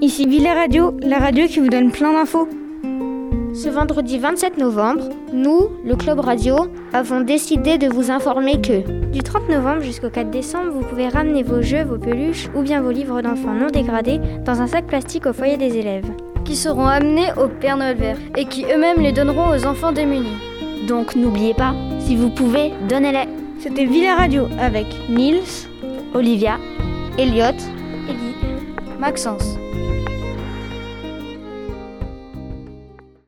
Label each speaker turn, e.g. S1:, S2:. S1: Ici Villa Radio, la radio qui vous donne plein d'infos.
S2: Ce vendredi 27 novembre, nous, le Club Radio, avons décidé de vous informer que
S3: du 30 novembre jusqu'au 4 décembre, vous pouvez ramener vos jeux, vos peluches ou bien vos livres d'enfants non dégradés dans un sac plastique au foyer des élèves,
S4: qui seront amenés au Père Noël Vert et qui eux-mêmes les donneront aux enfants démunis.
S5: Donc n'oubliez pas, si vous pouvez, donnez-les.
S1: C'était Villa Radio avec Nils,
S5: Olivia,
S2: Elliot,
S3: Ellie,
S4: Maxence.